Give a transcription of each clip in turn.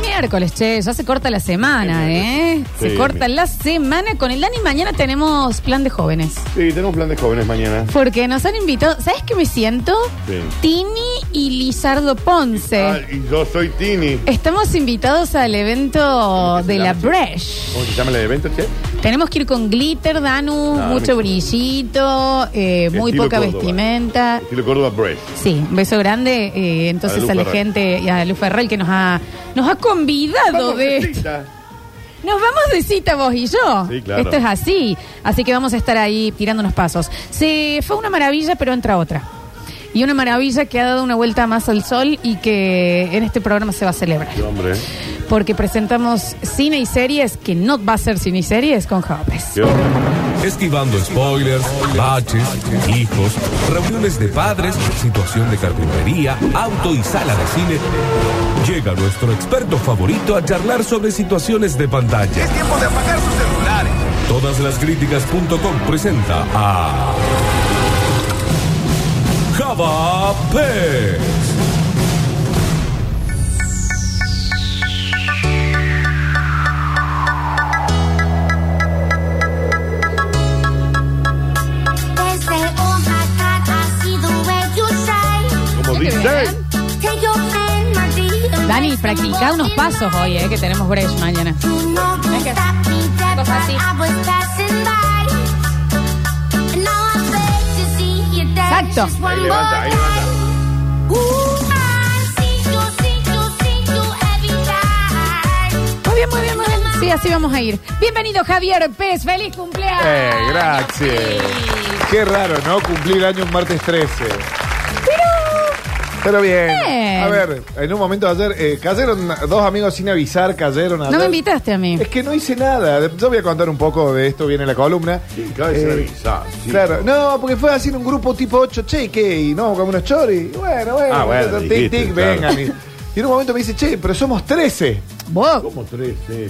miércoles, che, ya se corta la semana, El ¿eh? miércoles. Se Sí, corta mi- la semana con el Dani. Mañana tenemos plan de jóvenes. Sí, tengo un plan de jóvenes mañana. Porque nos han invitado, ¿sabes qué me siento? Sí. Tini y Lizardo Ponce. Ah, y yo soy Tini. Estamos invitados al evento que se de la llama, che? Bresh. ¿Cómo se llama el evento, che? Tenemos que ir con glitter, Danu, Ah, mucho buenísimo. brillito, eh, muy Estilo poca Córdoba. vestimenta. Estilo Córdoba Breast. Sí, un beso grande. eh, entonces A a Lu la, Ferrell. gente y a Lu Ferrell que nos ha, nos ha convidado Vamos, de Cecita. Nos vamos de cita vos y yo. Sí, claro. Esto es así. Así que vamos a estar ahí tirando unos pasos. Se fue una maravilla, pero entra otra. Y una maravilla que ha dado una vuelta más al sol y que en este programa se va a celebrar. Qué hombre, ¿eh? Porque presentamos cine y series, que no va a ser cine y series, con Javapes. Qué hombre. Esquivando spoilers, baches, hijos, reuniones de padres, situación de carpintería, auto y sala de cine. Llega nuestro experto favorito a charlar sobre situaciones de pantalla. Es tiempo de apagar sus celulares. Todaslaskriticas.com presenta a Java Pérez. Desde Oaxaca así the way you say. Como ¿Qué dice. bien? Take your hand, my dear. Dani, practica unos pasos hoy, eh, que tenemos break mañana. You know you Venga. stopped me Cosas dead, but así. I was passing by. And now I beg to see you dance Exacto. just one Ahí levanta, more ahí levanta. time. Ooh, I see you, see you, see you every time. Muy bien, muy bien, muy bien. Sí, así vamos a ir. Bienvenido, Javier Pérez. ¡Feliz cumpleaños! Eh, gracias. Qué raro, ¿no? Cumplir año un martes 13. Pero bien. Bien. A ver, en un momento ayer eh, cayeron dos amigos sin avisar, cayeron ayer. No me invitaste a mí. Es que no hice nada. Yo voy a contar un poco de esto, viene la columna. Sí, cabe ser avisado, sí. Eh, Claro, no, porque fue así en un grupo tipo 8, che, ¿qué? Y no, como unos choris. Bueno, bueno, Ah, bueno, tic, dijiste, tic, claro. vengan. Y, y en un momento me dice, che, pero somos 13. Vos. Como tres, eh.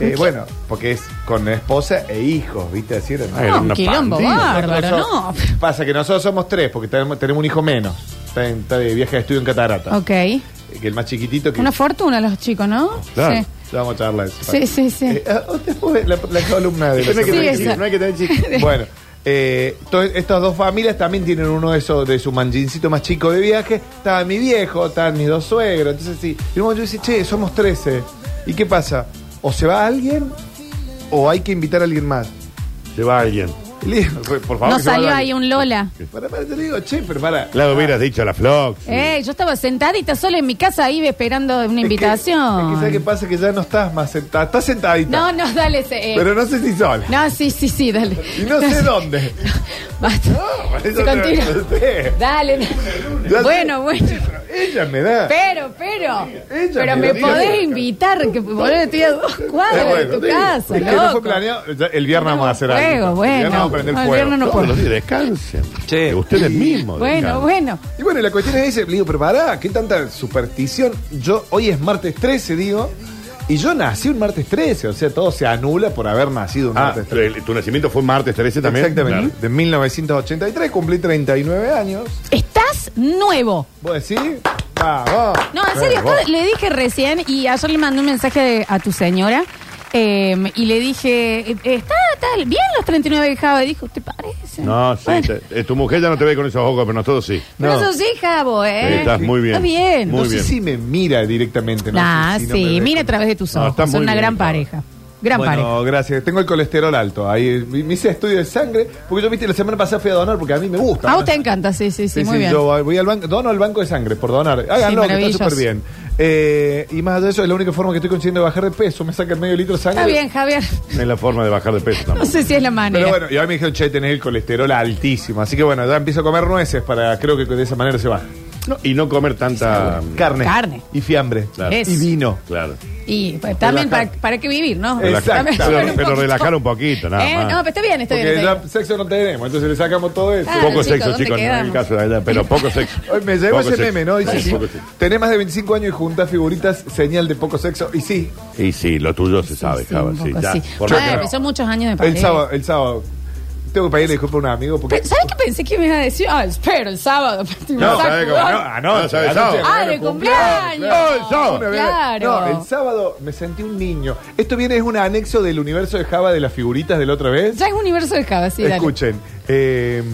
Eh, bueno, porque es con esposa e hijos, ¿viste? Así era. era No, un una quilombo pandilla. bárbaro, no. Nosotros- Pasa que nosotros somos tres, porque tenemos, tenemos un hijo menos. Está, en- está de viaje de estudio en Catarata. Ok. Que el más chiquitito que. Una fortuna los chicos, ¿no? Claro. Sí. Ya vamos a charlar eso. Sí, sí, sí. Eh, ah, después la, la columna de la No hay que Sí, tener semana que esa. chiste, no hay que tener chiste. viene. Bueno. eh, to- estas dos familias también tienen uno de esos de su manjincito más chico de viaje. Estaba mi viejo, estaban mis dos suegros. Entonces, sí. Y un momento yo dice, che, somos 13. ¿Y qué pasa? ¿O se va alguien o hay que invitar a alguien más? Se va alguien. Y le digo, por favor. No que se salió vaya ahí alguien. un Lola. Para, para, te digo, che, pero para. Claro, hubieras dicho a la Flox. Eh, yo estaba sentadita sola en mi casa ahí esperando una Es que- invitación. Es que, ¿sabes qué pasa? Que ya no estás más sentada. Estás sentadita. no, no, dale ese. eh. Pero no sé si sola. No, sí, sí, sí, dale. Y no sé dónde. Basta. No, Se eso no- continúa. no sé. Dale. Ya Bueno, bueno. Ella me da. Pero, pero. Pero me me dijo. podés invitar, que boludo, estoy a dos Eh, cuadras de bueno, tu sí. casa, Es que no fue loco. planeado. Ya El viernes vamos a hacer Fuego, algo. El bueno. viernes vamos a prender No, el fuego. viernes no Todos los días descansen. Che. Que Ustedes mismos. Bueno, descansen. bueno. Y bueno, la cuestión es esa. Le digo, pero pará, qué tanta superstición. Yo, hoy es martes 13, digo. Y yo nací un martes 13. O sea, todo se anula por haber nacido un Ah, martes 13. el- tu nacimiento fue martes 13 también. Exactamente. Claro. De 1983, cumplí 39 años. Estás nuevo. ¿Vos decís? Vamos. No, en serio, Vamos. esto le dije recién y ayer le mandé un mensaje de- a tu señora eh, y le dije, eh, está tal, bien los 39 de Java. Y dijo, ¿te parece? No, sí. Bueno, te- eh, tu mujer ya no te ve con esos ojos, pero nosotros sí. Pero no. eso sí, Javo, ¿eh? Sí, estás muy bien. Está bien. Muy no sé bien. si me mira directamente. No Nah, sé si no me sí, ve. mira a través de tus No, ojos. está Son muy una bien, gran Java. pareja. Gran bueno, pareja. gracias. Tengo el colesterol alto. Ahí me hice estudio de sangre. Porque yo, viste, la semana pasada fui a donar porque a mí me gusta. A vos te encanta, sí, sí, sí, Sí, muy sí, bien. Yo voy al banco, dono al banco de sangre por donar. Háganlo, que maravilloso. está súper bien. Eh, y más allá de eso, es la única forma que estoy consiguiendo de bajar de peso. Me sacan medio litro de sangre. Está bien, Javier. Es la forma de bajar de peso No también. sé si es la manera. Pero bueno, y ahora me dijeron, che, tenés el colesterol altísimo. Así que bueno, ya empiezo a comer nueces para, creo que de esa manera se baja. No, y no comer tanta. Carne. Carne. Y fiambre. Claro. Es. Y vino. Claro. Y pues, también para, Relajar. para qué vivir, ¿no? Exacto. También Pero- bueno, un pero poquito. relajar un poquito, nada Eh, más. No, pero está bien, está bien. Porque está bien. ya sexo no tenemos, entonces le sacamos todo eso. Ah, poco chicos, sexo, ¿dónde chicos, no en el quedamos? caso de ella, pero poco sexo. Hoy me llegó Poco ese sexo. meme, ¿no? Dice, Sí, sí, poco sexo. tenés más de 25 años y juntás figuritas, señal de poco sexo. Y sí, Y sí, lo tuyo se sabe, Sí, Java. un Sí, poco ya. sí. Por Bueno, lo que- son muchos años de el pareja. sábado, el sábado tengo que pedirle disculpas a un amigo porque. Pe- ¿Sabes qué pensé que me iba a decir? Ah, espero el sábado. No, ¿sabes cómo? No, Ah, anoche, anoche, sábado. anoche. de cumpleaños, cumpleaños. No, el sábado. Una vez- Claro. No, el sábado me sentí un niño. Esto viene, es un anexo del universo de Java de las figuritas de la otra vez. Ya es universo de Java, sí, dale. Escuchen, eh,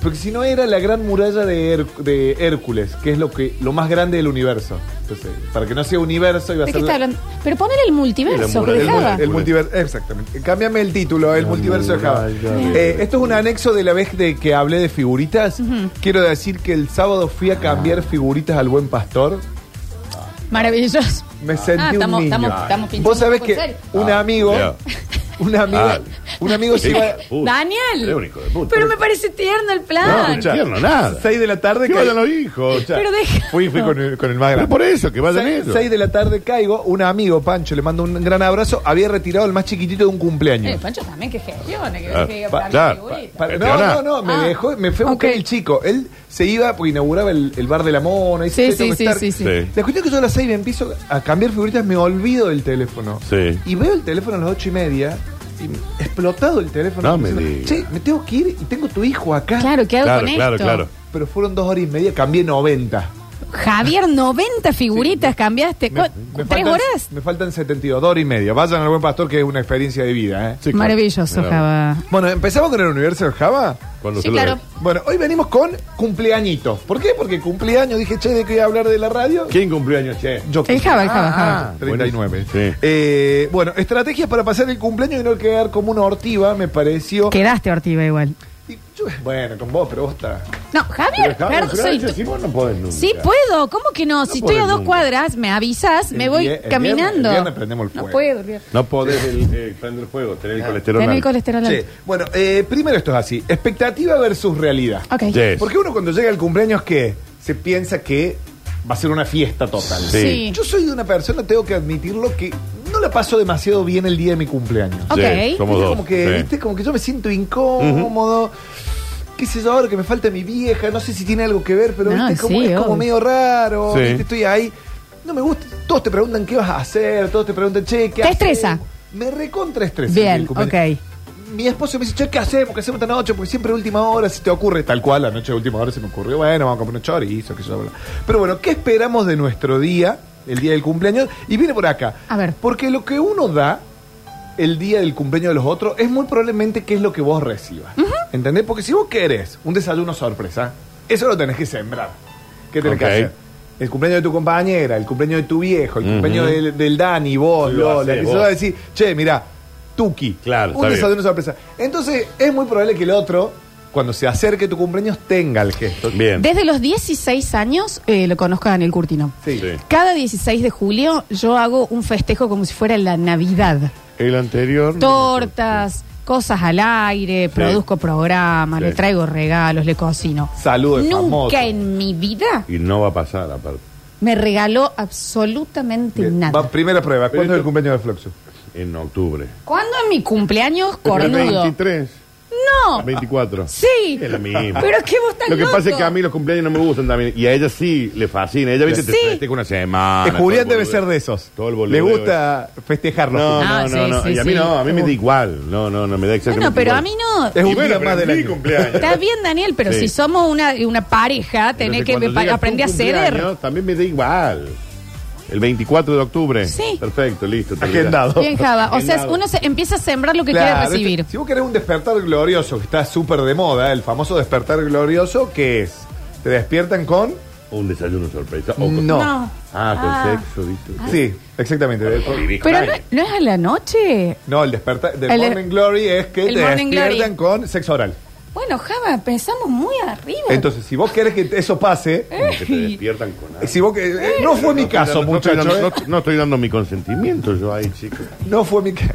porque si no era la gran muralla de, Her- de Hércules, que es lo que lo más grande del universo. Entonces, para que no sea universo, iba a ¿De qué ser está la- hablando? Pero ponele el multiverso, muralla de del Java. mundo. el multiverso. Exactamente. Cámbiame el título, Oh el multiverso de Java. muralla. Eh, esto es un anexo de la vez de que hablé de figuritas. Quiero decir que el sábado fui a cambiar figuritas al buen pastor. Maravilloso. Me sentí Ah, un estamos- niño. estamos- estamos pinchando Vos sabés un poco que en serio. un Ah, amigo, ya. un amigo, Ah. un amigo se Sí. iba a Uy, Daniel. es un hijo de puta. Pero me parece tierno el No, plan. no entiendo las nada. 6 de la tarde Que caí- vayan los hijos. o sea. Pero deja. Fui, fui con, el, con el más Pero grande. por eso, que vayan Seis ellos. 6 de la tarde caigo, un amigo, Pancho, le mando un gran abrazo, había retirado el más chiquitito de un cumpleaños. Eh, Pancho también que gestiona, que, Ah, que diga pa- plan claro, figurita. pa- Para- Gestiona. no, no, no, me Ah. dejó, me fue a buscar Ok. el chico. Él se iba porque inauguraba el, el bar de la mona. Y Sí, dice, sí, "Tengo que sí, estar". sí, sí. Sí. La cuestión es que yo a las 6 me empiezo a cambiar figuritas, me olvido del teléfono. Sí. Y veo el teléfono a las 8 y media, y explotado el teléfono. No me Diciendo, digas. Che, me tengo que ir y tengo tu hijo acá. Claro, ¿qué hago Claro, con claro, esto? claro. Pero fueron dos horas y media, cambié 90. Javier, 90 figuritas cambiaste. Me- ¿Cu- me ¿Tres faltan- horas? Me faltan 72, dos horas y media. Vayan al buen pastor que es una experiencia de vida. ¿eh? Sí, claro. Maravilloso, Mira, Java. Bueno, empezamos con el universo de Java. cuando Sí, se lo claro. ve. Bueno, hoy venimos con cumpleañitos. ¿Por qué? Porque cumpleaños, dije, che, de que voy a hablar de la radio. ¿Quién cumplió años, che? Yo Ah, El Java, el Java, Java. 39. Sí. Eh, bueno, estrategias para pasar el cumpleaños y no quedar como una ortiva, me pareció. Quedaste, Ortiva, igual. Y yo- bueno, con vos, pero vos está. No, Javier, Pero, Carlos, perdón, soy gracias, tu- si vos no podés nunca. Sí pues. puedo, ¿cómo que no? si podés estoy a dos nunca. cuadras, me avisas, me El voy vie- el caminando. viernes- el viernes prendemos el No fuego. puedo, Javier. No podés el, eh, prender fuego, tener el colesterol. Tenés Ah. el alto. colesterol Che, alto. bueno, eh, primero esto es así: expectativa versus realidad. Ok. Yes. Porque uno cuando llega al cumpleaños, ¿qué? Se piensa que va a ser una fiesta total. Sí. Sí. Yo soy de una persona, tengo que admitirlo, que no la paso demasiado bien el día de mi cumpleaños. Ok. Sí, somos ¿Viste? Ah, dos. Como que, sí. ¿viste? Como que yo me siento incómodo. Qué sé yo, ahora que me falta mi vieja, no sé si tiene algo que ver, pero No, ¿viste? Como, sí, es como obvio. medio raro, Sí. ¿viste? estoy ahí. No me gusta, todos te preguntan qué vas a hacer, todos te preguntan, che, Te ¿qué haces? estresa. Me recontra estresa. el Bien, ok. cumpleaños. Mi esposo me dice, che, ¿qué hacemos? ¿Qué hacemos esta noche? Porque siempre última hora se te ocurre, tal cual, la noche de última hora se me ocurrió, bueno, vamos a comprar un chorizo, qué sé yo. bla. Pero bueno, ¿qué esperamos de nuestro día, el día del cumpleaños? Y viene por acá. A ver. Porque lo que uno da el día del cumpleaños de los otros es muy probablemente qué es lo que vos recibas. ¿Entendés? Porque si vos querés un desayuno sorpresa, eso lo tenés que sembrar. ¿Qué tenés Ok. que hacer? El cumpleaños de tu compañera, el cumpleaños de tu viejo, el cumpleaños del, del Dani, vos, Lo Lola, hacés que se vos. va a decir, che, mirá, Tuki. Claro, está Un bien. desayuno sorpresa. Entonces, es muy probable que el otro, cuando se acerque tu cumpleaños, tenga el gesto. Bien. Desde los 16 años eh, lo conozco a Daniel Curtino. Sí. Sí. Cada 16 de julio yo hago un festejo como si fuera la Navidad. El anterior. Tortas, cosas al aire, produzco programas, Sí. le traigo regalos, le cocino. Saludos Nunca famoso. en mi vida Y no va a pasar, aparte. me regaló absolutamente Bien, nada. va- primera prueba. ¿Cuándo es el cumpleaños de Fluxo? En octubre. ¿Cuándo es mi cumpleaños, El cornudo? 23. No. 24. Sí. Es la misma. Pero es que vos estás Lo que pasa loco. es que a mí los cumpleaños no me gustan también. Y a ella sí le fascina. Ella, viste, Sí. te festeja una semana. Eh, Julián Ah, todo el debe ser de esos. Todo el boludeo Le gusta festejarlo. No, Ah, no, sí, no. no. sí, y a mí sí. no, a mí me da igual. No, no, no, me da exactamente Bueno, pero igual. a mí no. Es un Y bueno, día pero más es del mi año. cumpleaños. Está bien, Daniel, pero Sí. si somos una, una pareja, tenés Entonces, que cuando pa- llega tu aprender a ceder. cumpleaños, También me da igual. El 24 de octubre. Sí. Perfecto, listo. te Agendado. Bien, Java. O sea, Agendado. uno se empieza a sembrar lo que quiere Claro, recibir. este- si vos querés un despertar glorioso, que está súper de moda, el famoso despertar glorioso, ¿qué es? Te despiertan con. olvidas. Un desayuno sorpresa. o con- No. Ah, Ah. con sexo, viste. Sí, exactamente. Vivís con Pero no, alguien. no es a la noche. No, el despertar del El de- Morning Glory es que El te Morning Glory. Eh. despiertan con sexo oral. Bueno, Java, pensamos muy arriba. Entonces, si vos querés que eso pase, Eh. Como que te despiertan con algo. si vos que- eh, no fue mi caso, No estoy muchachos. dando- No, no- no estoy dando mi consentimiento yo ahí, chicos. no fue mi ca-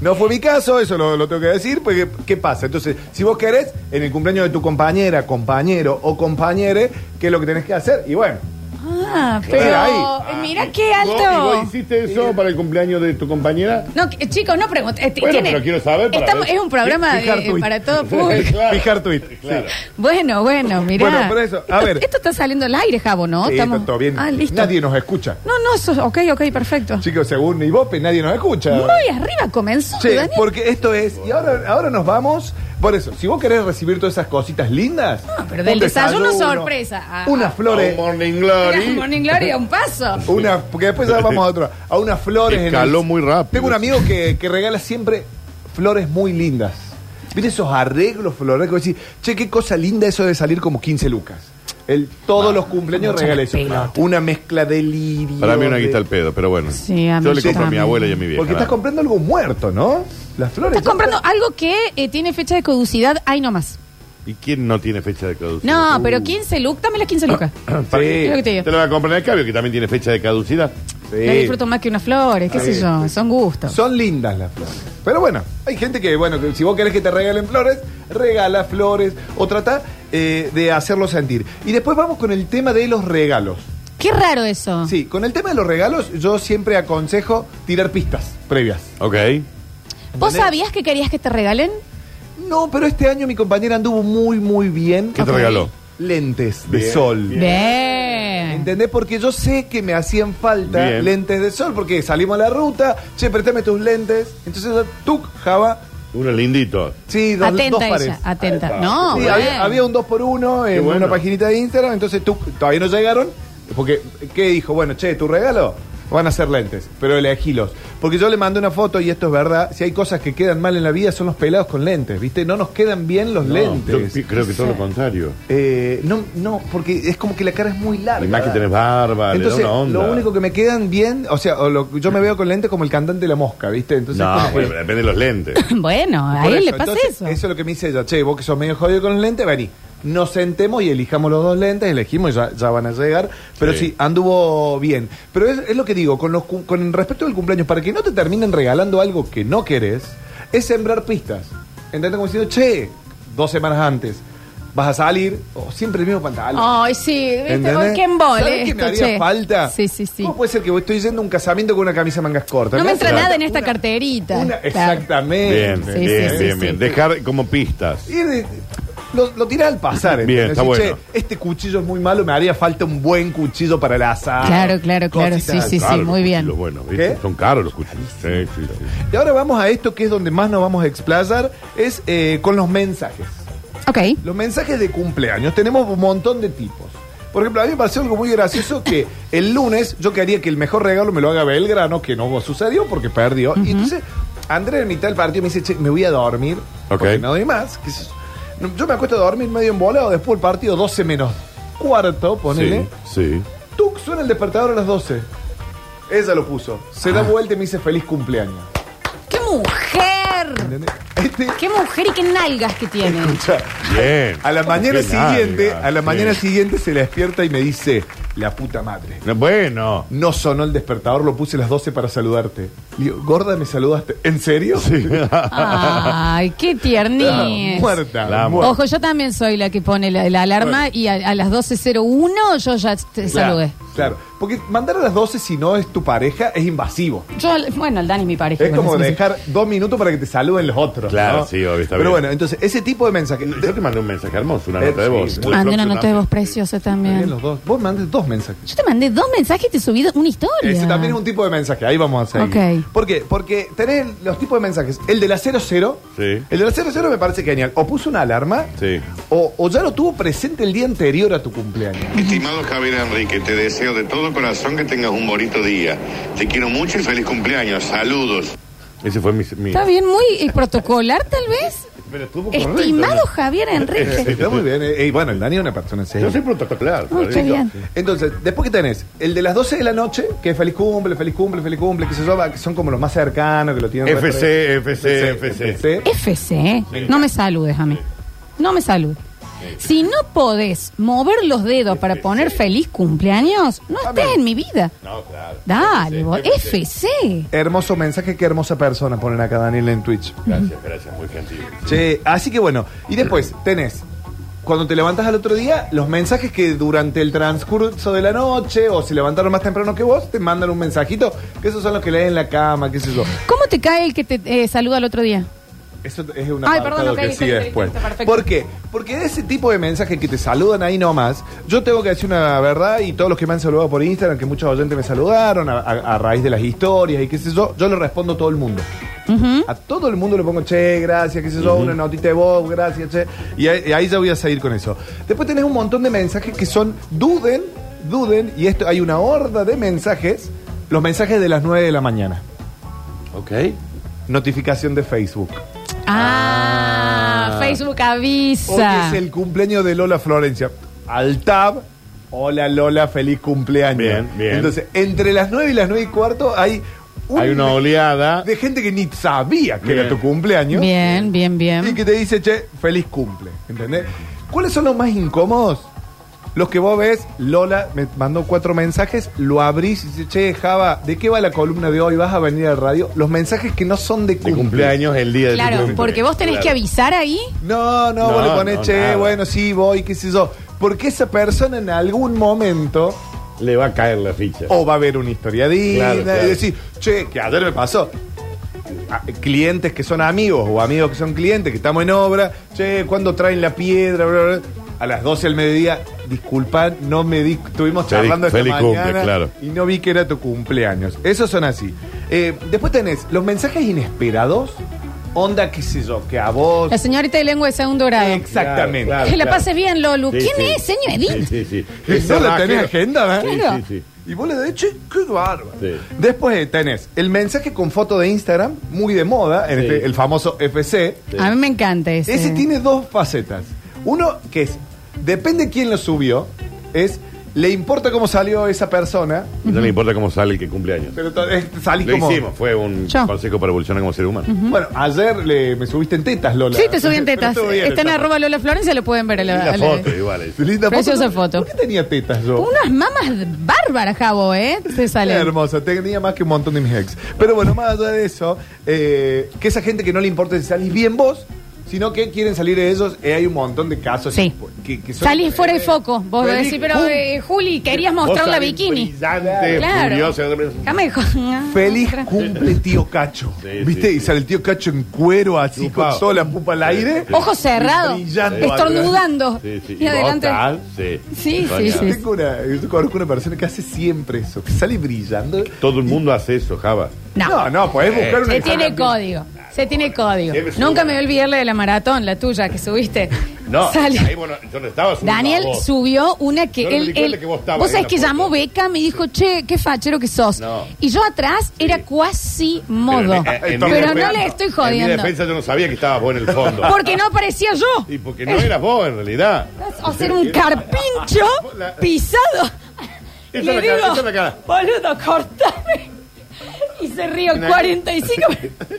No fue mi caso, eso lo, lo tengo que decir, porque ¿qué pasa? Entonces, si vos querés, en el cumpleaños de tu compañera, compañero o compañere, ¿qué es lo que tenés que hacer? Y bueno, Ah, Mira ahí. pero eh, mira qué ¿Y Ah, vos- ¿Y vos alto. hiciste eso para el cumpleaños de tu compañera? No, que- chicos, no preguntes. Eh, Bueno, tiene- pero quiero saber para Estamos- ver. es un programa Fijar de- eh, tuit. para todo público. Claro. fijar tweet. Claro. Bueno, bueno, mirá. Bueno, por eso, a Esto- ver. Esto está saliendo al aire, Javo, ¿no? Sí, Estamos- está todo bien. Ah, listo. Nadie nos escucha. No, no, eso, ok, ok, perfecto. Chicos, según Ibope, nadie nos escucha. Muy arriba comenzó, Sí, Daniel. porque esto es. Y ahora, ahora nos vamos Por eso, si vos querés recibir todas esas cositas lindas. No, pero del un desayuno, sorpresa. Ah, Unas flores. Un Oh, Morning Glory. Mira, Morning Glory a un paso. Una, porque después ya vamos a otra. A unas flores. Escaló muy rápido. Tengo un amigo que, que regala siempre flores muy lindas. Mira esos arreglos florales. que vos decís, che, qué cosa linda eso de salir como 15 lucas. Él todos los cumpleaños mucha regala eso. pelota. Una mezcla de lirio. Para mí una de- guita al pedo, pero bueno. Sí, a mí Yo le compro a mi también. abuela y a mi vieja. Porque estás nada. comprando algo muerto, ¿no? Las flores. Estás comprando algo que eh, tiene fecha de caducidad, ahí nomás. ¿Y quién no tiene fecha de caducidad? No, pero 15 lucas, dame las 15 lucas. Sí. Creo que te digo. Te lo voy a comprar en el cambio, que también tiene fecha de caducidad. Sí. La disfruto más que unas flores, qué Está sé bien, yo, son gustos. Son lindas las flores. Pero bueno, hay gente que, bueno, que si vos querés que te regalen flores, regala flores o trata eh, de hacerlo sentir. Y después vamos con el tema de los regalos. Qué raro eso. Sí, con el tema de los regalos, yo siempre aconsejo tirar pistas previas. Ok. ¿Vos sabías que querías que te regalen? No, pero este año mi compañera anduvo muy, muy bien. ¿Qué te regaló? Lentes de Bien, sol. Bien. ¿Entendés? Porque yo sé que me hacían falta Bien. lentes de sol, porque salimos a la ruta, che, préstame tus lentes. Entonces, tú, Java, Uno lindito. sí, dos, dos Atenta pares. ella, atenta. Ahí está. No, Sí, bien. había, había un 2x1 Qué en bueno. una paginita de Instagram, entonces tú todavía no llegaron, porque ¿qué dijo? Bueno, che, tu regalo van a ser lentes, pero elegilos. Porque yo le mandé una foto y esto es verdad, si hay cosas que quedan mal en la vida son los pelados con lentes, ¿viste? No nos quedan bien los No, lentes. yo pi- creo que todo lo contrario. Eh, no, no, porque es como que la cara es muy larga. Y más que tenés barba, le Entonces, da una onda. lo único que me quedan bien, o sea, o lo- yo me veo con lentes como el cantante de la mosca, ¿viste? Entonces, como No, que- bueno, pero depende de los lentes. Bueno, a por él eso. le pasa Entonces, eso. Eso es lo que me dice ella. Che, vos que sos medio jodido con los lentes, vení. Nos sentemos y elijamos los dos lentes, elegimos y ya, ya van a llegar. Pero sí, Sí. anduvo bien. Pero es, es lo que digo, con, los, cu- con respecto al cumpleaños, para que no te terminen regalando algo que no querés, es sembrar pistas. ¿Entendés? Como diciendo, che, dos semanas antes vas a salir, o siempre el mismo pantalón. Ay, sí, Oh, viste, ¿Entendés? Ay, qué embole ¿Sabés que me esto, haría che. falta? Sí, sí, sí. ¿Cómo puede ser que estoy yendo a un casamiento con una camisa mangas cortas? No me hace entra falta nada en esta una- carterita. una- Claro. exactamente. Bien, Sí, sí, bien, sí, bien, sí. bien. Dejar como pistas. Y de- lo, lo tiré al pasar. Bien, ¿entendés? está Decís, bueno. "Che, este cuchillo es muy malo, me haría falta un buen cuchillo para el asado. Claro, claro, claro, Cositas. Sí, sí, Caros muy los bien. cuchillos, bueno, ¿viste? ¿Qué? Son caros los cuchillos. Sí, sí, sí. Y ahora vamos a esto que es donde más nos vamos a explayar, es eh, con los mensajes. Ok. Los mensajes de cumpleaños. Tenemos un montón de tipos. Por ejemplo, a mí me pareció algo muy gracioso que el lunes yo quería que el mejor regalo me lo haga Belgrano, que no sucedió porque perdió. Y entonces Andrés en mitad del partido me dice, che, me voy a dormir. Ok. Porque no doy más. qué sé yo. No, Yo me acuesto a dormir medio embolado, después el partido 12 menos cuarto, ponele. Sí, sí. Tuc, suena el despertador a las 12. Ella lo puso. Se Ah. da vuelta y me dice feliz cumpleaños. ¡Qué mujer! ¿Entendés? Este, ¡Qué mujer y qué nalgas que tiene! escucha, Bien. A la mañana Qué siguiente, larga, a la sí. mañana siguiente se la despierta y me dice, la puta madre. No, Bueno. No sonó el despertador, lo puse a las 12 para saludarte. Le digo, gorda, me saludaste. ¿En serio? Sí. ¡Ay, qué tiernis! muerta. La amo. muerta. Ojo, yo también soy la que pone la, la alarma y a, a las 12.01 yo ya te saludé. Claro. Porque mandar a las 12 si no es tu pareja es invasivo. Yo, al- bueno, el Dani es mi pareja. Es bueno, como sí, sí. dejar dos minutos para que te saluden los otros. Claro, ¿no? sí, obvio, está Pero bien. bueno, entonces, ese tipo de mensajes. Yo te mandé un mensaje hermoso, una Eh, nota de sí, voz. sí. Muy Mandé una próxima. nota de voz preciosa Bien, también. los dos. Vos mandes dos mensajes. Yo te mandé dos mensajes y te subí una historia. Ese también es un tipo de mensaje, ahí vamos a seguir. Ok. ¿Por qué? Porque tenés los tipos de mensajes. El de la 00, Sí. el de la 00 me parece genial. O puso una alarma, Sí. o, o ya lo tuvo presente el día anterior a tu cumpleaños. Estimado Javier Enrique, te deseo de todo corazón que tengas un bonito día. Te quiero mucho y feliz cumpleaños. Saludos. Ese fue mi. mi- Está bien, muy eh, protocolar tal vez. Pero estuvo correcto, Estimado ¿no? Javier Enrique. Está muy bien. eh, eh, bueno, el Dani es una persona seria. Yo soy protocolar. Muy Rodrigo. Ah, bien. Entonces, después que tenés el de las 12 de la noche, que es feliz cumple, feliz cumple, feliz cumple, que se llama, que son como los más cercanos, que lo tienen. FC, FC, referente. FC. FC, ¿eh? no me saludes a mí. No me saludes. Si no podés mover los dedos para poner feliz cumpleaños, no estés en mi vida. No, claro. Dale, vos. FC. Hermoso mensaje, qué hermosa persona ponen acá Daniel en Twitch. Gracias, gracias, muy gentil. Che, así que bueno, y después tenés, cuando te levantas al otro día, los mensajes que durante el transcurso de la noche o si levantaron más temprano que vos, te mandan un mensajito, que esos son los que lees en la cama, qué sé yo. ¿Cómo te cae el que te eh, saluda el otro día? Eso es una Ay, perdón, ok, que listo, sigue listo, después. listo, perfecto. ¿Por qué? Porque ese tipo de mensajes que te saludan ahí nomás, yo tengo que decir una verdad y todos los que me han saludado por Instagram, que muchos oyentes me saludaron a, a- a raíz de las historias y qué sé yo, yo le respondo a todo el mundo. A todo el mundo le pongo, che, gracias, qué sé yo, una notita de vos, gracias, che. Y ahí, y ahí ya voy a seguir con eso. Después tenés un montón de mensajes que son, duden, duden, y esto hay una horda de mensajes, los mensajes de las 9 de la mañana. Ok. Notificación de Facebook. Ah, Facebook Hoy avisa. es el cumpleaños de Lola Florencia. Al tab. Hola Lola, feliz cumpleaños. Bien, bien. Entonces, entre las 9 y las 9 y cuarto hay, un- Hay una oleada. de gente que ni sabía que era Bien. tu cumpleaños. Bien, bien, Y bien. que te dice, che, feliz cumple. ¿Entendés? ¿Cuáles son los más incómodos? Los que vos ves, Lola me mandó cuatro mensajes, lo abrís y dices, che, Java, ¿de qué va la columna de hoy? ¿Vas a venir al radio? Los mensajes que no son de De cumpleaños. cumpleaños el día de tu Claro, cumpleaños. porque vos tenés Claro. que avisar ahí. No, no, vos No, le pones, no, che, nada. bueno, sí, voy, qué sé yo. Porque esa persona en algún momento Le va a caer la ficha. o va a ver una historia digna Claro, claro. y decir, che, que ayer me pasó. A- clientes que son amigos o amigos que son clientes, que estamos en obra, che, ¿cuándo traen la piedra? Bla, bla, bla. A las 12 del mediodía, disculpad, no me di, estuvimos Feliz- charlando esta feliz mañana cumple, claro. y no vi que era tu cumpleaños. Esos son así. Eh, después tenés los mensajes inesperados, onda, qué sé yo, que a vos... La señorita de lengua de segundo grado. Exactamente. Claro, claro, que la claro. pases bien, Lolu. Sí, ¿Quién sí. es, señor Edith? Sí, "Ah, sí, sí. Que no la tenés agenda, ¿eh? Sí, Claro. sí, sí. Y vos le decís, che, qué bárbaro. Sí. Después eh, tenés el mensaje con foto de Instagram, muy de moda, en Sí. este- el famoso FC. Sí. A mí me encanta ese. Ese tiene dos facetas. Uno que es, depende quién lo subió, es, le importa cómo salió esa persona, No le importa cómo sale el que cumpleaños. pero to- es- salís Lo como... hicimos, fue un Yo. consejo para evolucionar como ser humano. Bueno, ayer le- me subiste en tetas, Lola. Sí, te subí en Pero tetas. estuvo bien Está en esa arroba Lola Florencia, lo pueden ver. a Y la- la a la- foto, igual. es. foto. Linda Preciosa foto. foto. ¿Por qué tenía tetas yo? Unas mamas bárbaras, Jabo, ¿eh? Se sale. Era hermosa, tenía más que un montón de mis ex. Pero bueno, más allá de eso, eh, que esa gente que no le importa si salís bien vos, sino que quieren salir de ellos, eh, hay un montón de casos. Sí. Que, que son- Salís fuera de foco. Vos Feliz decís, pero cum- eh, Juli, querías mostrar Vos la salís bikini. Brillante, Claro. furioso. Déjame de joder. Feliz cumple tío Cacho. Sí, ¿Viste? sí, y sale el tío Cacho en cuero, así, Chupado. con toda la pupa al aire. Ojos cerrados. Brillante. Estornudando. Sí, sí. Y adelante. vos tal, sí. Sí, Soñado. sí, sí. Tengo una, yo conozco una persona que hace siempre eso, que sale brillando. Todo el mundo hace eso, Java. No. no, no, podés buscar una Se tiene código. Se tiene código. Siempre sube. Nunca me voy a olvidar la de la maratón, la tuya que subiste. No, Sale. ahí, bueno, yo no estaba subiendo Daniel a vos. subió una que Yo no me él, di cuenta él- que vos estabas en sabés la que foto. llamó Beca me dijo, "Che, qué fachero que sos." No. Y yo atrás era cuasi modo. Pero, Pero, en- en mi defensa- no le estoy En mi jodiendo. defensa yo no sabía que estabas vos en el fondo. Porque no aparecía yo. Y porque no eras vos, en realidad. O ser un carpincho Ah, La- pisado. Y Esa es le la cara, digo, esa es la cara. boludo, cortame. Y se río Una- 45 minutos.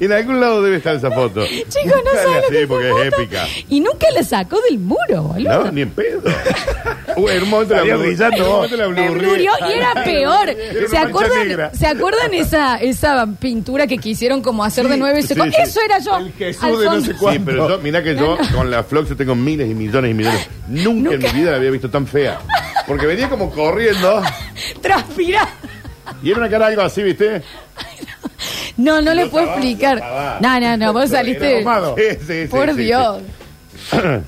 En algún lado debe estar esa foto. Chicos, no Dale saben lo así, que fue porque es foto. épica. Y nunca la sacó del muro, boludo. No, ni en pedo. Uy, en un momento la Salía blurrí. brillando En un vos. momento la Me blurrí. murió y era peor. Era ¿Se una mancha acuerdan, negra. ¿se acuerdan esa, esa pintura que quisieron como hacer de nueve sí, secos? sí. Eso era yo. El Jesús al de no fondo. sé cuánto. Sí, pero yo, mirá que yo con la Flox yo tengo miles y millones y millones. Nunca, Ah, Nunca. en mi vida la había visto tan fea. Porque venía como corriendo Transpirá. y era una cara algo así, ¿viste? No, no le Yo puedo estaba- explicar. yo estaba- No, no, no, vos saliste. Era ahumado. Sí, sí, Por sí, sí, Dios.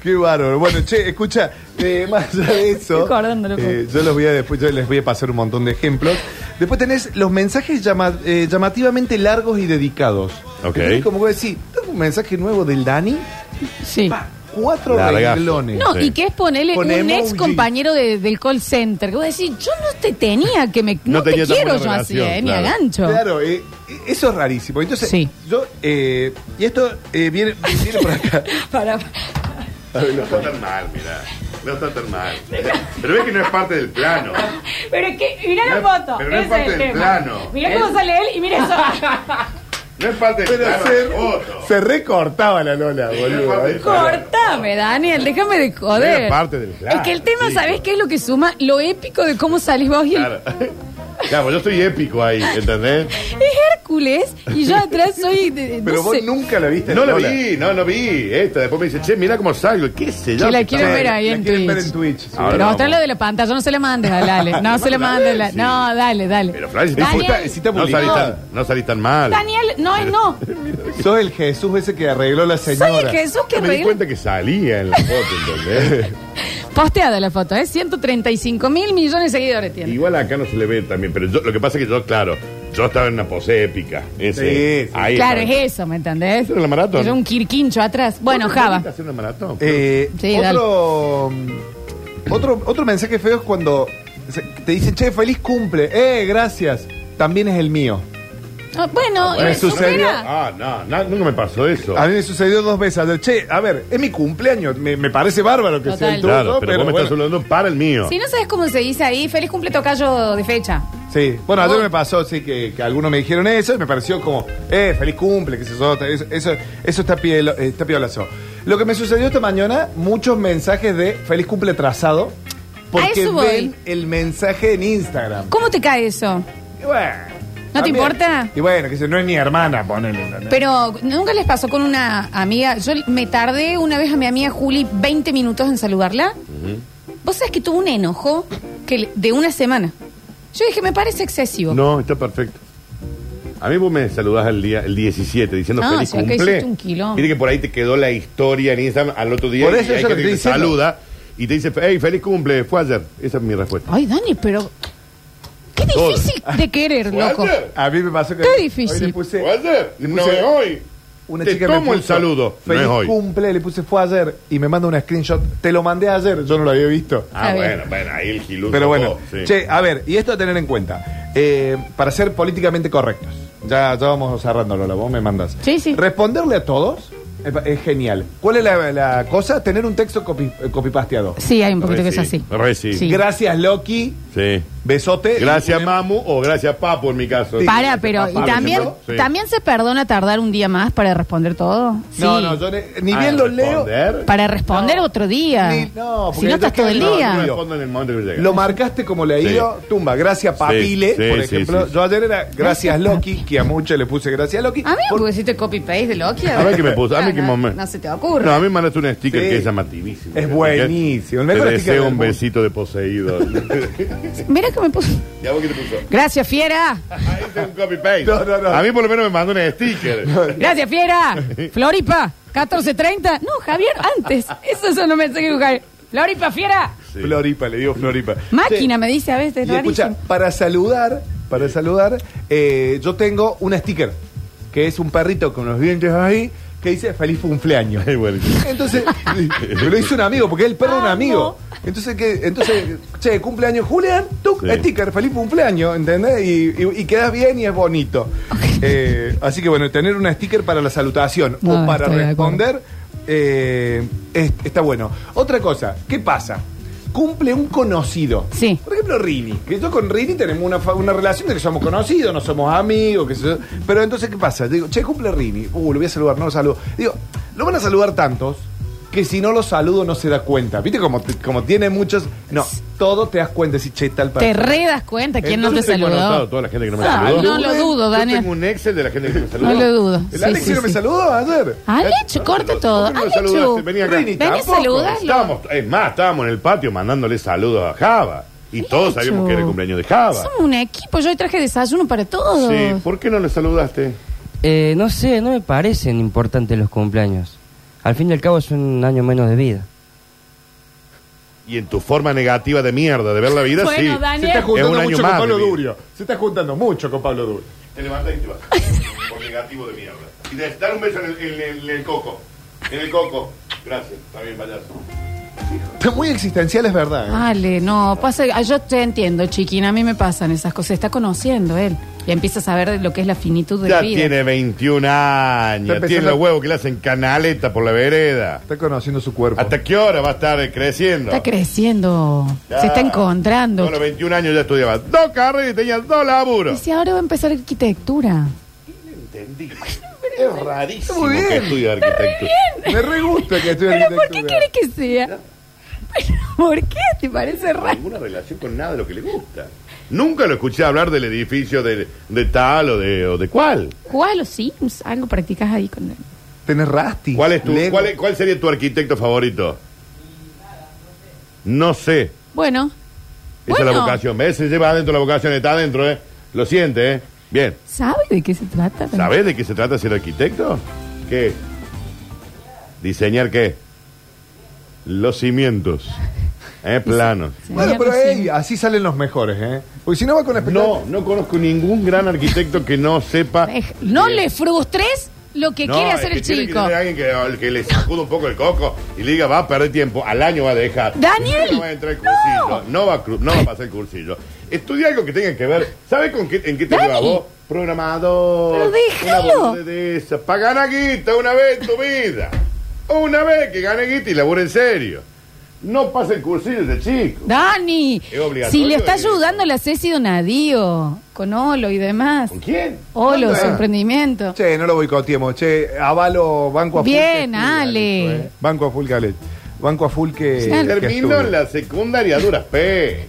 Qué bárbaro. Bueno, che, escucha, eh, más allá de eso, Estoy acordándolo, eh, yo, los voy a, después, yo les voy a pasar un montón de ejemplos. Después tenés los mensajes llama- eh, llamativamente largos y dedicados. Ok. Entonces, como que decís, tengo un mensaje nuevo del Dani, Sí. pa, cuatro Largazo. renglones. No, Sí. y que es ponerle Con un emoji. ex compañero de- del call center. Que vos decís, yo no te tenía que me. No, No te tenía tan quiero buena yo así, relación, eh, ni a claro. gancho. Claro, eh, eso es rarísimo. Entonces, Sí. yo, eh, y esto eh, viene, viene por acá. Para- No está tan mal, mirá. No está tan mal. Pero ves que no es parte del plano. Pero es que, mirá la No es- foto. pero no es ese parte el del tema. plano. Mirá cómo sale él y mira eso. No es parte del Pero plano. se, es foto. se recortaba la Lola, boludo. parte- ¿eh? Cortame, Daniel, déjame de No joder. era parte del plan, es que el tema, chico. ¿sabés qué es lo que suma? Lo épico de cómo salís vos y el- Claro. Claro, yo soy épico ahí, ¿entendés? es Hércules y yo atrás soy de, Pero no vos sé. nunca la viste. No la la vi, no, no vi. Esta, después me dice, che, mirá cómo salgo. ¿Qué sé yo? Que la ¿Qué quiero tal? ver ahí la en quieren Twitch. ver en Twitch, sí. Ahora Pero vamos. mostralo de la pantalla, no se la mandes a Dale. No se la mandes a Lale. No, dale, dale. Pero Flash, Daniel, si está no, salí publicada. tan, no salí tan mal. Daniel, no es no. Sos el Jesús ese que arregló la señora. Soy el Jesús que No me di arregla. cuenta que salía en la foto, ¿entendés? Posteada la foto, ¿eh? 135 mil millones de seguidores tiene. Igual acá no se le ve también, pero yo- lo que pasa es que yo, claro, Yo estaba en una pose épica. Ese. Sí, sí. Ahí claro, estaba. es eso, ¿me entendés? ¿Eso era la maratón? Era un quirquincho atrás. Bueno, ¿Vos Java. necesitas hacer una maratón? Eh, Sí, otro, otro, otro mensaje feo es cuando se- te dicen, che, feliz cumple. Eh, gracias. También es el mío. Ah, bueno, Me eh, sucedió- supera. Ah, no, na- nunca me pasó eso. A mí me sucedió dos veces. ayer, Che, a ver, es mi cumpleaños. Me, me parece bárbaro que sea el tuyo. Total. Claro, pero, vos me estás bueno, hablando para el mío. Si no sabes cómo se dice ahí, feliz cumple tocayo de fecha. Sí, bueno, ayer me pasó, sí, que, que algunos me dijeron eso y me pareció como, eh, feliz cumple, que se eso, eso, eso está, piel, eh, está piolazo. Lo que me sucedió esta mañana, muchos mensajes de feliz cumple trazado, porque eso voy. ven el mensaje en Instagram. ¿Cómo te cae eso? Y bueno, ¿No te importa? Y bueno, que se- no es mi hermana, ponele. ¿entendés? Pero nunca les pasó con una amiga. Yo me tardé una vez a mi amiga Juli 20 minutos en saludarla. Vos sabés que tuvo un enojo que le- de una semana. Yo dije, me parece excesivo. No, está perfecto. A mí vos me saludás el día el 17 diciendo No, feliz si acá cumple. hiciste un quilombo. Mire que por ahí te quedó la historia en Instagram al otro día Por y eso hay gente yo lo estoy que te diciendo. saluda y te dice, hey, feliz cumple, fue ayer. Esa es mi respuesta. Ay, Dani, pero. Qué Todo. difícil de querer, ¿Fue loco. ayer? A mí me pasó que. Qué hoy difícil. le puse- ¿Fue ayer? le No puse- es hoy. Una te chica me tomo el puso, saludo, Feliz no es hoy. cumple, le puse fue ayer y me manda una screenshot. Te lo mandé ayer, yo no lo había visto. Ah, Está bien. bueno, bueno, ahí el giludo. Pero bueno, sí. che, a ver, y esto a tener en cuenta. Eh, para ser políticamente correctos, ya, ya vamos cerrando, Lola, vos me mandas. Sí, sí. Responderle a todos es, es genial. ¿Cuál es la, la cosa? Tener un texto copy, eh, copipasteado. Sí, hay un poquito Re que es sí, así. re sí. Sí. Gracias, Loki. Sí. Besote. Gracias, Y- mamu, o gracias, papu, en mi caso. Para, pero. Gracias, ¿Y papu, también, sí. también se perdona tardar un día más para responder todo? Sí. No, no, yo ne- ni Ah, bien lo leo. responder. Para responder otro día. Ni- no, si porque no estás yo todo el creo que no, día. No respondo en el momento que llega. Lo marcaste como leído, tumba. Gracias, Papile, eh. Sí, sí, por sí, ejemplo. sí, sí. Yo ayer era Gracias, Gracias, Loki, que a muchos le puse Gracias, Loki. A mí me por- porque hiciste copy paste de Loki. A ver qué me puso, a Ah, mí qué no, momento. No se te ocurre. No, a mí mandaste un sticker Sí. que es llamativísimo. Es buenísimo, el Te mejor sticker deseo del un mundo. besito de poseído. Mira que me puso. ¿Y a vos qué te puso? Gracias, fiera. Ahí está un copy paste. No, no, no. A mí por lo menos me mandó un sticker. Gracias, fiera. Floripa, 14.30. No, Javier, antes. Eso son los mensajes que Javier. Floripa, fiera. Sí. Floripa, le digo Floripa. Máquina, Sí. me dice a veces. Y escucha, rarísimo. para saludar, para saludar, eh, yo tengo un sticker, que es un perrito con los dientes ahí, que dice feliz cumpleaños. Es buenísimo. Entonces, me lo hizo un amigo, porque es el perro de un amigo. Entonces, que, entonces, che, cumpleaños, Julián, tú, Sí. sticker, feliz cumpleaños, ¿entendés? Y, y, y quedas bien y es bonito. Eh, así que bueno, tener un sticker para la salutación No, o para estoy de acuerdo. responder eh, es- está bueno. Otra cosa, ¿qué pasa? Cumple un conocido. Sí. Por ejemplo, Rini. Que yo con Rini tenemos una, fa- una relación de que somos conocidos, no somos amigos. Que se- Pero entonces, ¿qué pasa? Digo, che, cumple Rini. Uh, lo voy a saludar, no lo saludo. Digo, lo van a saludar tantos que si no lo saludo no se da cuenta. ¿Viste? Como, te- como tiene muchos. No, todo te das cuenta. Si che, tal Te persona. re das cuenta quién no te Entonces tengo anotado saludó. toda la gente que no me Ah, saludó. no lo dudo, Yo Daniel. tengo un Excel de la gente que me saludó. ¿Eh? No lo dudo. El Sí, Alex sí, no me sí. Ah, saludó ayer. Alechu, corta todo. Ah, ¿Por qué no lo saludaste? Alechu. Vení acá. Rini, Ven a tampoco. saludarlo. Estábamos, es más, estábamos en el patio mandándole saludos a Java. Y todos Alechu. sabíamos que era el cumpleaños de Java. Somos un equipo. Yo hoy traje desayuno para todos. Sí, ¿por qué no le saludaste? Eh, no sé, no me parecen importantes los cumpleaños. Al fin y al cabo es un año menos de vida. Y en tu forma negativa de mierda de ver la vida, Bueno, sí. Daniel. Se está Es un juntando año mucho con más de Pablo vida. Durio. Se está juntando mucho con Pablo Durio. Te levantas y te vas. Por negativo de mierda. Y te dar un beso en el, en el- en el coco. En el coco. Gracias. Está bien, payaso. Está muy existencial, es verdad. ¿eh? Ale, no, pasa, ah, yo te entiendo, chiquina, a mí me pasan esas cosas, está conociendo él y empieza a saber de lo que es la finitud de Ya la vida. tiene 21 Está años. empezando- Tiene los huevos que le hacen canaleta por la vereda. Está conociendo su cuerpo. ¿Hasta qué hora va a estar eh, creciendo? Está creciendo, Ya. se está encontrando. Yo A los 21 años ya estudiaba dos carreras y tenía dos y laburos. si ahora va a empezar arquitectura. Entendí. Es rarísimo Muy bien. que estudie arquitectura. Me re gusta que estudie ¿Pero por qué arquitectura. quiere que sea? ¿Pero por qué? ¿Te parece raro? ninguna relación con nada de lo que le gusta. Nunca lo escuché hablar del edificio de, de tal o de, o de cuál. Juega a los Sims, algo practicas ahí con él. Tenés Rasti. ¿Cuál, es tu, Lego. cuál, es- cuál sería tu arquitecto favorito? No sé. Esa Bueno, es la Bueno. vocación. ¿Ves? Se lleva adentro la vocación, está adentro, ¿eh? Lo siente, ¿eh? Bien. ¿sabe de qué se trata? ¿Sabés de qué se trata ser arquitecto? ¿Qué? ¿Diseñar qué? Los cimientos. Eh, plano. Bueno, Señor, pero sí. ey, así salen los mejores, ¿eh? Porque si no va con No, espectáculo. no conozco ningún gran arquitecto que no sepa. Dej- Eh, No le frustres lo que No, quiere es hacer que el tiene que chico. tener alguien que, al que le sacuda un poco el coco y le diga, va a perder tiempo, al año va a dejar. ¡Daniel! No va a entrar el cursillo, no, va, a cru- no va a pasar el cursillo. Estudia algo que tenga que ver. ¿Sabes con qué, en qué te Dani. lleva vos? Pero Programador. déjalo. Una boludez de esas. Pa' ganar guita una vez en tu vida. Una vez que gane guita y labure en serio. No pasa el cursillo de chico. Dani, Es obligatorio si le está que- ayudando la Ceci Donadío con Olo y demás. ¿Con quién? Olo, ¿Dónde? su emprendimiento. Che, no lo boicoteemos. Che, avalo Banco a full Bien, que estudia, Ale. listo, ¿eh? Banco a full que ale- Banco a full que. Está- que Terminó estudia. la secundaria a duras P.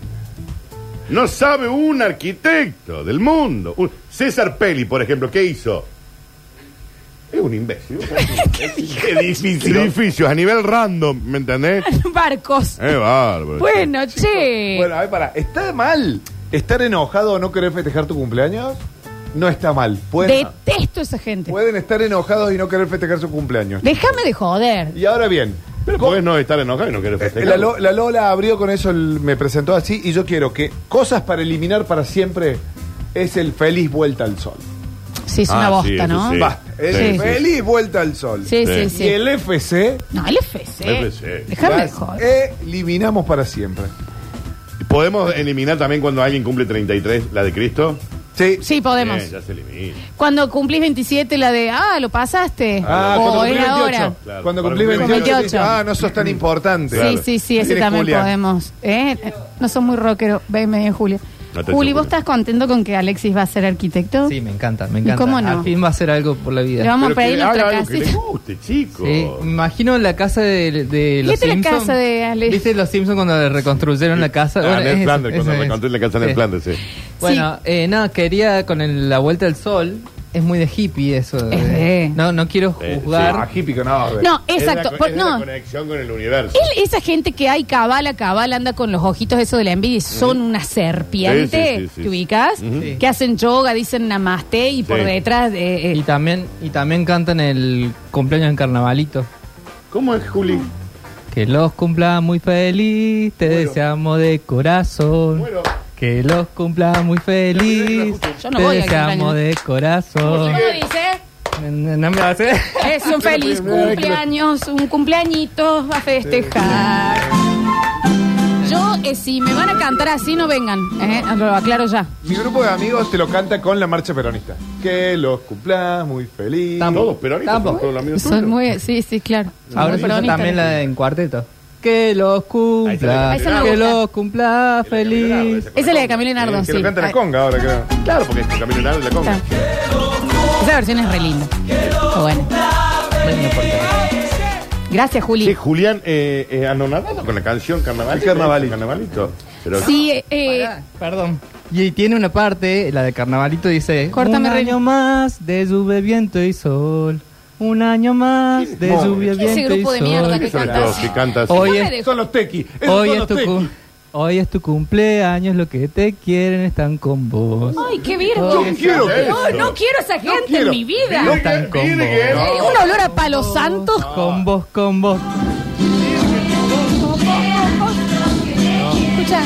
No sabe un arquitecto del mundo. Un- César Peli, por ejemplo, ¿qué hizo? Es un imbécil. ¿Qué difícil. Edificios a nivel random, ¿me entendés? Barcos. Eh, bárbaro. Bueno, che. Bueno, a ver, para. ¿Está mal estar enojado o no querer festejar tu cumpleaños? No está mal. Pueden, Detesto esa gente. pueden estar enojados y no querer festejar su cumpleaños. Déjame de joder. Y ahora bien. Pero podés no estar enojado y no querés Eh, festejar. La, Lo- la Lola abrió con eso, el- me presentó así, y yo quiero que cosas para eliminar para siempre es el feliz vuelta al sol. Sí, es Ah, una sí, bosta, eso ¿no? sí. Basta, es Sí, el sí, feliz vuelta al sol. Sí, sí, Sí. sí. Y el FC No, el FC. FC. Déjame de las joder. eliminamos para siempre. ¿Podemos eliminar también cuando alguien cumple 33 la de Cristo? Sí. Sí, podemos. Bien, ya se elimina. Cuando cumplís 27, la de, ah, lo pasaste. Ah, o cuando cumplí Oh, era 28. ahora. Claro, Cuando para cumplí cumplir 28. 28. dice, Ah, no sos tan importante. Sí, sí, sí, ese Eres también Julián. podemos. ¿eh? No sos muy rockero. Veme, Julia. Atención, Juli, ¿vos Julia. estás contento con que Alexis va a ser arquitecto? Sí, me encanta, me encanta. cómo no? Al fin va a hacer algo por la Le vida. vamos a Pero pedir que haga nuestra algo que le casita. guste, chico. Sí, me imagino la casa de, de los ¿Viste la Simpsons. casa de Ale? ¿Viste los Simpsons cuando le reconstruyeron la casa? Ah, Bueno, en es el eso, Flanders, cuando eso es. reconstruí la casa en el Sí. Flanders, sí. Bueno, eh, nada, quería con el- la vuelta al sol. Es muy de hippie eso. de- Es de- No, no quiero Eh, sí. juzgar. Ah, hípico, no. a ver. No, exacto. Es la, por- es la no. conexión con el universo. Él- esa gente que hay cabala, cabala, anda con los ojitos eso de la envidia, y son una serpiente, Sí, sí, sí, sí. ¿te ubicas? Sí. Que hacen yoga, dicen namaste y por Sí. detrás eh, eh, Y también, y también cantan el cumpleaños en carnavalito. ¿Cómo es, Juli? Que los cumpla muy feliz, te deseamos de corazón. Bueno, Que los cumpla muy feliz, Yo no te voy al deseamos cumpleaños. de corazón. ¿Cómo dice? No, no me hace. Es un feliz cumpleaños, un cumpleañito a festejar. Yo, eh, si me van a cantar así, no vengan. ¿eh? Lo aclaro ya. Mi grupo de amigos te lo canta con la marcha peronista. Que los cumplas muy feliz. Eh, todos peronistas. Tampoco. Todos los amigos Son tuyos. muy. Sí, sí, claro. Son Ahora muy sí, peronistas. también la de en cuarteto. Que los Ahí cumpla, está la que canción. los cumpla Esa es la de Leonardo, feliz. esa Esa con es la de Conga. Camila Eh, Nardo. Que sí. lo canta Ay, la conga ahora, creo. Claro, porque es Camila Leonardo y la Conga. está. Esa versión es re linda. Pero bueno. Gracias, Sí, Juli. Julián eh, eh, anonadado con la canción Carnavalito. Carnavalito. Carnavalito. Pero, Sí, eh, eh, Perdón. Y tiene una parte, la de carnavalito dice: Córtame, Un Rey". año más de lluvia, viento y sol. Un año más de Pobre. lluvia, ¿Qué es ese viento y grupo de mierda que sol. Sobre canta todo, así? si cantas. Hoy No es me dejó. Son los tequis. esos Hoy son es, los tu tequis. cum- hoy es tu cumpleaños, lo que te quieren están con vos. Ay, qué virgo. Yo quiero que- No, no quiero esa gente en quiero. mi vida. No están con vos. Hay Un olor a palo santo. Con vos, con vos. Escucha.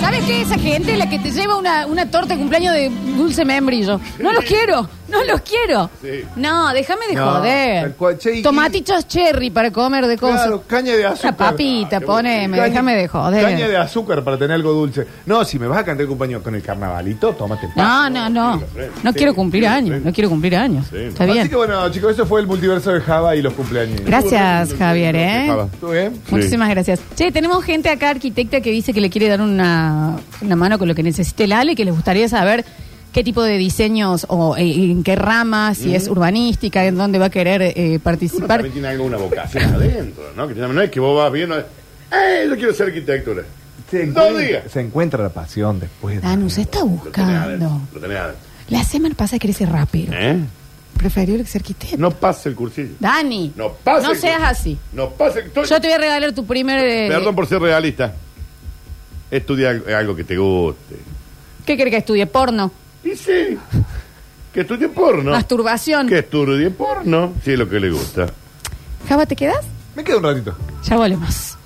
¿Sabes qué? Esa gente la que te lleva una, una torta de cumpleaños de dulce membrillo. No los quiero, no los quiero. Sí. No, déjame de No, joder. tal cual. Che, y- Tomatitos cherry para comer de cosas. Claro, caña de una azúcar. Ah, papita, poneme, Caña- déjame de joder. Caña de azúcar para tener algo dulce. No, si me vas a cantar el cumpleaños con el carnavalito, tómate el pan. No, no, no. No quiero cumplir años, no quiero cumplir años. Sí. Está Así bien. que bueno, chicos, eso fue el multiverso de Java y los cumpleaños. Gracias, Javier, ¿eh? Java. ¿Estuvo bien? Sí. Muchísimas gracias. Che, tenemos gente acá, arquitecta, que dice que le quiere dar una, una mano con lo que necesite el Ale, que les gustaría saber qué tipo de diseños o eh, en qué rama, si es urbanística, en dónde va a querer eh, Uno participar. también tiene algo, una vocación adentro, ¿no? Que tiene- no es que vos vas viendo. ¡Eh! Yo quiero ser arquitectura. Se Dos encuentra, días. se encuentra la pasión después. Danu, se está Lo tenés adentro. buscando. Lo tenés adentro. La semana pasada quería ser rápido. ¿Eh? Preferible que ser arquitecto. No pasa el cursillo. Dani, No pasa. el seas cursillo. así. No pasa el Yo te voy a regalar tu primer... eh, Perdón por ser realista. Estudia al- algo que te guste. ¿Qué querés que estudie? Porno, Y sí, que estudie porno. masturbación. Que estudie porno, si es lo que le gusta. Java, ¿te quedas? Me quedo un ratito. Ya volvemos.